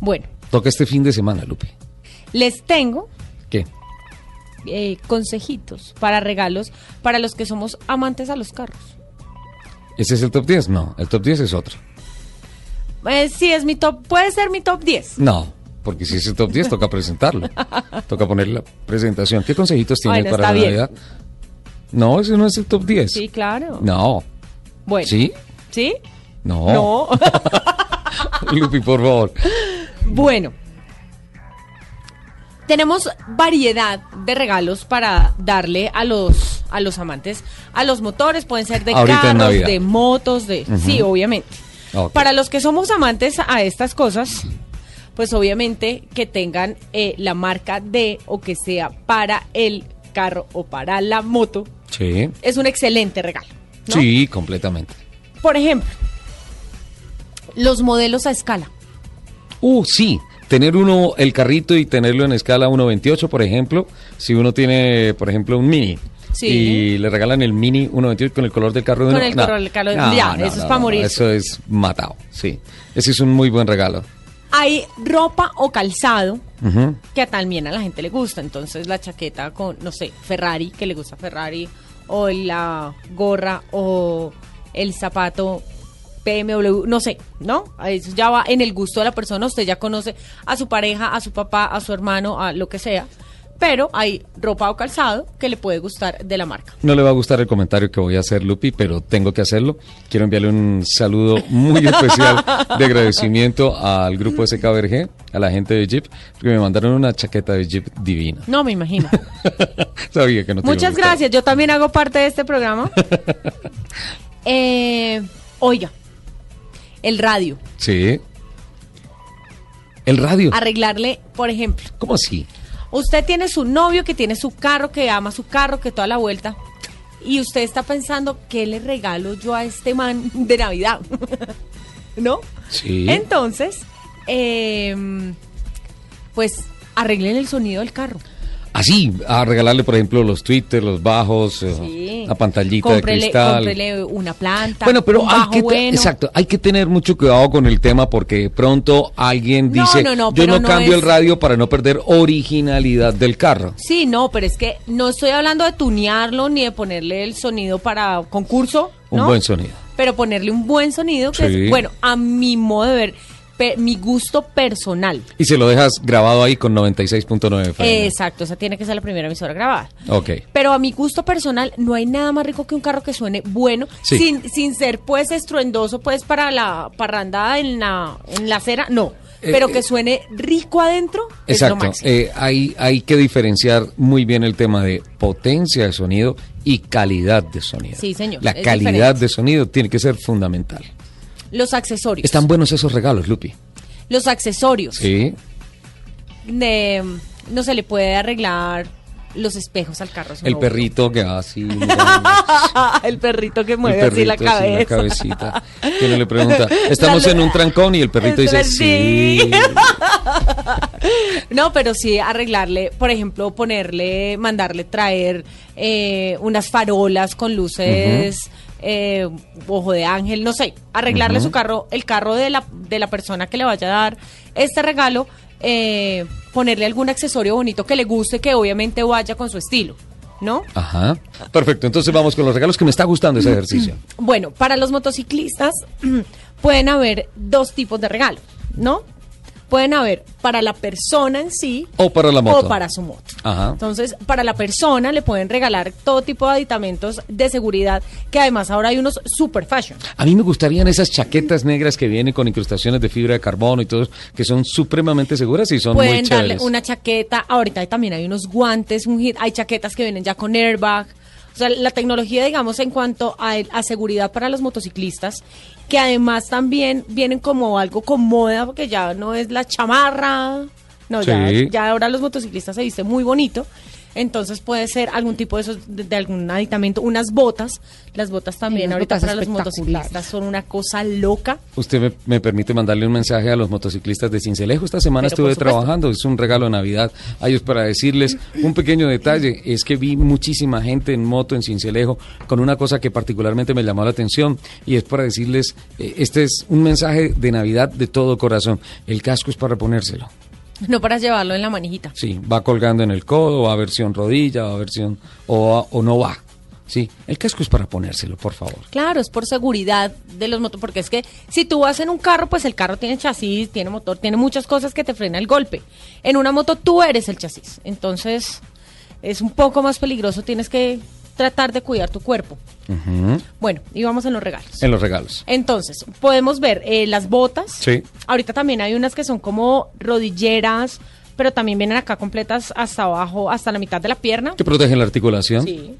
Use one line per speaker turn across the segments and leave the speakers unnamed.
Bueno,
Toca este fin de semana, Lupe.
les tengo
¿Qué?
eh, consejitos para regalos para los que somos amantes a los carros.
¿Ese es el top 10? No, el top 10 es otro.
Eh, sí, es mi top, puede ser mi top 10.
No, porque si es el top 10 toca presentarlo. toca poner la presentación. ¿Qué consejitos tiene
Bueno,
para
está
la
bien.
Navidad? No, ese no es el top 10.
Sí, claro.
No,
Bueno.
¿Sí?
¿Sí?
no.
No.
Lupi, por favor.
Bueno, tenemos variedad de regalos para darle a los a los amantes, a los motores, pueden ser de
Ahorita en
carros,
Navidad.
de motos, de sí, obviamente.
Ok.
Para los que somos amantes a estas cosas, pues obviamente que tengan eh, la marca de o que sea para el carro o para la moto
Sí.
es un excelente regalo. ¿no?
Sí, completamente.
Por ejemplo, los modelos a escala.
Uh, sí. Tener uno, el carrito y tenerlo en escala 1.28, por ejemplo. Si uno tiene, por ejemplo, un mini.
Sí.
Y le regalan el mini 1.28 con el color del carro de
Con
uno,
el
no.
color del carro de- ya, eso es pa' morirse.
Eso es matado, sí. Ese es un muy buen regalo.
Hay ropa o calzado
Ujú.
que también a la gente le gusta. Entonces la chaqueta con, no sé, Ferrari, que le gusta Ferrari, o la gorra, o el zapato BMW, no sé, ¿no? Eso ya va en el gusto de la persona. Usted ya conoce a su pareja, a su papá, a su hermano, a lo que sea. Pero hay ropa o calzado que le puede gustar de la marca.
No le va a gustar el comentario que voy a hacer, Lupi, pero tengo que hacerlo. Quiero enviarle un saludo muy especial de agradecimiento al grupo SKBRG, a la gente de Jeep, porque me mandaron una chaqueta de Jeep divina.
No, me imagino.
Sabía que no te iba a
Muchas
gustar.
gracias. Yo también hago parte de este programa. Eh, oiga, el radio.
Sí. El radio.
Arreglarle, por ejemplo,
¿Cómo así?
usted tiene su novio que tiene su carro, que ama su carro, que toda la vuelta. Y usted está pensando, ¿qué le regalo yo a este man de Navidad? ¿No?
Sí.
Entonces, eh, pues arreglen el sonido del carro.
Así, a regalarle, por ejemplo, los Twitter, los bajos, eh, la pantallita
Cómprele-
de cristal.
cómprele una planta.
Bueno, pero
un
hay
bajo
que, te-
bueno.
exacto, hay que tener mucho cuidado con el tema porque de pronto alguien
No,
dice,
no, no,
yo
pero
no,
no
cambio
es-
el radio para no perder originalidad del carro.
Sí, no, pero es que no estoy hablando de tunearlo ni de ponerle el sonido para concurso.
Un
¿no?
buen sonido.
Pero ponerle un buen sonido que
Sí.
es, bueno, a mi modo de ver, pe- mi gusto personal.
Y se lo dejas grabado ahí con 96.9 FM.
Exacto, esa tiene que ser la primera emisora grabada.
Ok.
Pero a mi gusto personal no hay nada más rico que un carro que suene bueno,
Sí.
sin, sin ser pues estruendoso pues para la parrandada en la, en la acera, no.
Eh,
Pero
eh.
que suene rico adentro es lo
Exacto.
máximo.
eh, hay, hay que diferenciar muy bien el tema de potencia de sonido y calidad de sonido.
Sí, señor,
La
es
calidad
diferente.
de sonido tiene que ser fundamental.
Los accesorios.
Están buenos esos regalos, Lupi.
Los accesorios.
Sí.
de, no se le puede arreglar los espejos al carro. eso
El
no.
perrito que va así. mirando.
el perrito que
El
mueve así la
perrito,
cabeza.
sí, cabecita. Que uno le pregunta, estamos
La-
en un trancón y el perrito dice,
Sí.
sí.
No, pero sí arreglarle, por ejemplo, ponerle, mandarle traer eh, unas farolas con luces. eh, ojo de ángel, no sé, arreglarle su carro, el carro de la, de la persona que le vaya a dar este regalo, eh, ponerle algún accesorio bonito que le guste, que obviamente vaya con su estilo, ¿no?
Ajá. Perfecto, entonces vamos con los regalos que me está gustando ese ejercicio.
Bueno, para los motociclistas pueden haber dos tipos de regalo, ¿no? Pueden haber para la persona en sí
O para la moto.
o para su moto.
Ajá.
Entonces, para la persona le pueden regalar todo tipo de aditamentos de seguridad, que además ahora hay unos super fashion.
A mí me gustarían esas chaquetas negras que vienen con incrustaciones de fibra de carbono y todo, que son supremamente seguras y son muy
pueden darle
chéveres.
una chaqueta, ahorita hay- también hay unos guantes, un hit, hay chaquetas que vienen ya con airbag, O sea, la tecnología, digamos, en cuanto a, a seguridad para los motociclistas, que además también vienen como algo con moda, porque ya no es la chamarra. No, ya,
Sí.
ya ahora los motociclistas se visten muy bonito. Entonces puede ser algún tipo de, esos, de, de algún aditamento, unas botas. Las botas también
unas
ahorita
botas
para los
espectaculares.
motociclistas son una cosa loca.
Usted me, me permite mandarle un mensaje a los motociclistas de Cincelejo. Esta semana
Pero, por
estuve
supuesto.
trabajando, es un regalo de Navidad a ellos para decirles un pequeño detalle. Es que vi muchísima gente en moto en Cincelejo con una cosa que particularmente me llamó la atención y es para decirles, eh, este es un mensaje de Navidad de todo corazón. El casco es para ponérselo.
No para llevarlo en la manijita.
Sí, va colgando en el codo, va versión rodilla, va versión o, va- o no va. Sí, el casco es para ponérselo, por favor.
Claro, es por seguridad de los motos, porque es que si tú vas en un carro, pues el carro tiene chasis, tiene motor, tiene muchas cosas que te frena el golpe. En una moto tú eres el chasis, entonces es un poco más peligroso, tienes que tratar de cuidar tu cuerpo.
Ujú.
Bueno, y vamos en los regalos.
En los regalos.
Entonces, podemos ver eh, las botas.
Sí.
Ahorita también hay unas que son como rodilleras, pero también vienen acá completas hasta abajo, hasta la mitad de la pierna.
Que protegen la articulación.
Sí.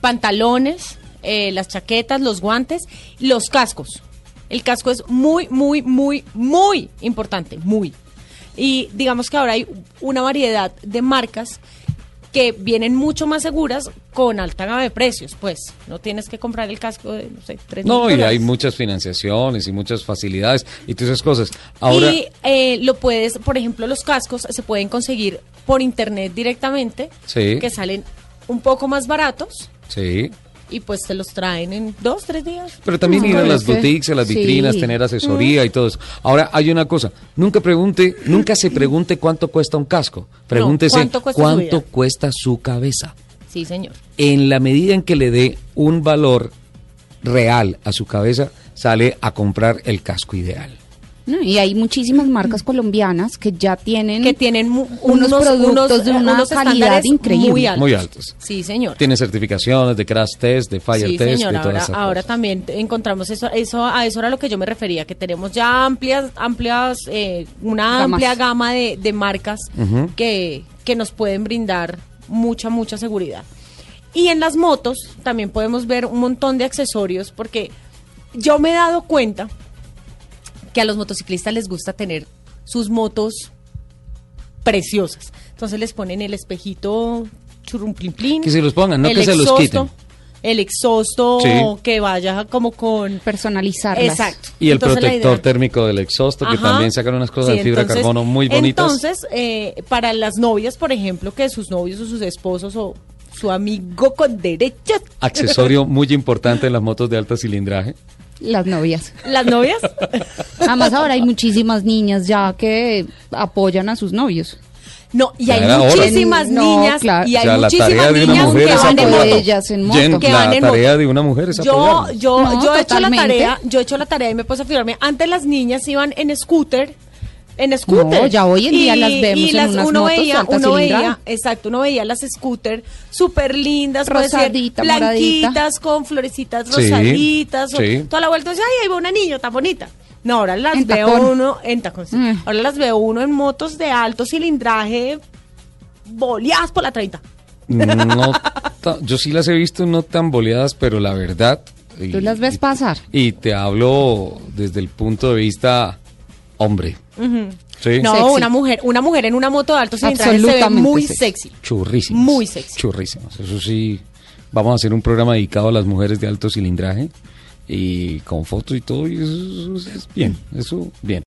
Pantalones, eh, las chaquetas, los guantes, los cascos. El casco es muy, muy, muy, muy importante, muy. Y digamos que ahora hay una variedad de marcas que vienen mucho más seguras con alta gama de precios, pues. No tienes que comprar el casco de, no sé, tres
No,
mil
y hay
dólares.
muchas financiaciones y muchas facilidades y todas esas cosas. Ahora,
y eh, lo puedes, por ejemplo, los cascos se pueden conseguir por internet directamente,
Sí.
que salen un poco más baratos.
sí.
y pues te los traen en dos, tres días.
Pero también ir a las
Parece-
boutiques, a las
sí.
vitrinas, tener asesoría y todo eso. Ahora, hay una cosa. Nunca pregunte, nunca se pregunte cuánto cuesta un casco. Pregúntese
¿cuánto cuesta su
cuánto
vida?
cuesta su cabeza.
Sí, señor.
en la medida en que le dé un valor real a su cabeza, sale a comprar el casco ideal.
No, y hay muchísimas marcas colombianas que ya tienen
Que tienen mu-
unos, productos
unos, eh,
de una
unos
calidad
estándares
increíble.
Muy altos.
Muy altos.
Sí, señor.
Tiene certificaciones de crash test, de fire
sí,
test,
señor.
de todas
Ahora,
esas
ahora
cosas.
también encontramos eso, eso, a eso era lo que yo me refería, que tenemos ya amplias, amplias, eh, una
Gamas.
amplia gama de, de marcas
Ujú.
que, que nos pueden brindar mucha, mucha seguridad. Y en las motos también podemos ver un montón de accesorios, porque yo me he dado cuenta que a los motociclistas les gusta tener sus motos preciosas. Entonces les ponen el espejito churumplimplín.
Que se los pongan, no
el
que se los
exhausto,
quiten.
El exhausto
Sí.
que vaya como con...
personalizarlas.
Exacto.
Y el
Entonces, la
protector
idea-
térmico del exhausto, que
Ajá.
también sacan unas cosas
Sí,
de fibra de
entonces-
carbono muy bonitas.
Entonces, eh, para las novias, por ejemplo, que sus novios o sus esposos o su amigo con derechos...
Accesorio muy importante en las motos de alta cilindraje.
Las novias.
¿Las novias?
Además ahora hay muchísimas niñas ya que apoyan a sus novios.
No, y
Ya
hay
era hora.
muchísimas
No,
niñas
claro.
y hay
o sea, la tarea
muchísimas
de una
niñas
mujer
que
es
van de
apoyarlo.
apoyar.
moto.
Ellas en moto.
Jen,
Que
la
van en
tarea
moto.
de una mujer es
Yo,
apoyarlo.
yo,
No,
yo he hecho la
totalmente.
tarea, yo he hecho la tarea y me puse a firmarme. Antes las niñas iban en scooter, en scooter.
No, ya hoy en día
Y-
las vemos
y
en
las-
unas
uno
motos de
veía,
alta
uno
cilindrada.
veía, exacto, uno veía las scooter súper lindas, puede ser
Rosadita,
blanquitas
moradita.
con florecitas
Sí,
rosaditas, o-
sí.
toda la vuelta, decía, ay, ahí va una niña tan bonita. No, ahora las
En
veo
tacón.
uno en tacones.
Mm.
Ahora las veo uno en motos de alto cilindraje, boleadas por la 30.
No ta- yo sí las he visto no tan boleadas, pero la verdad. y-
Tú las ves
y-
pasar.
Y te hablo desde el punto de vista hombre. Sí.
No,
Sexy.
una mujer, una mujer en una moto de alto cilindraje se ve
Absolutamente
muy
sexy.
sexy.
Churrísimas.
Muy sexy.
Churrísimas. Eso sí, vamos a hacer un programa dedicado a las mujeres de alto cilindraje y con fotos y todo. Y eso, eso es bien. Eso, bien.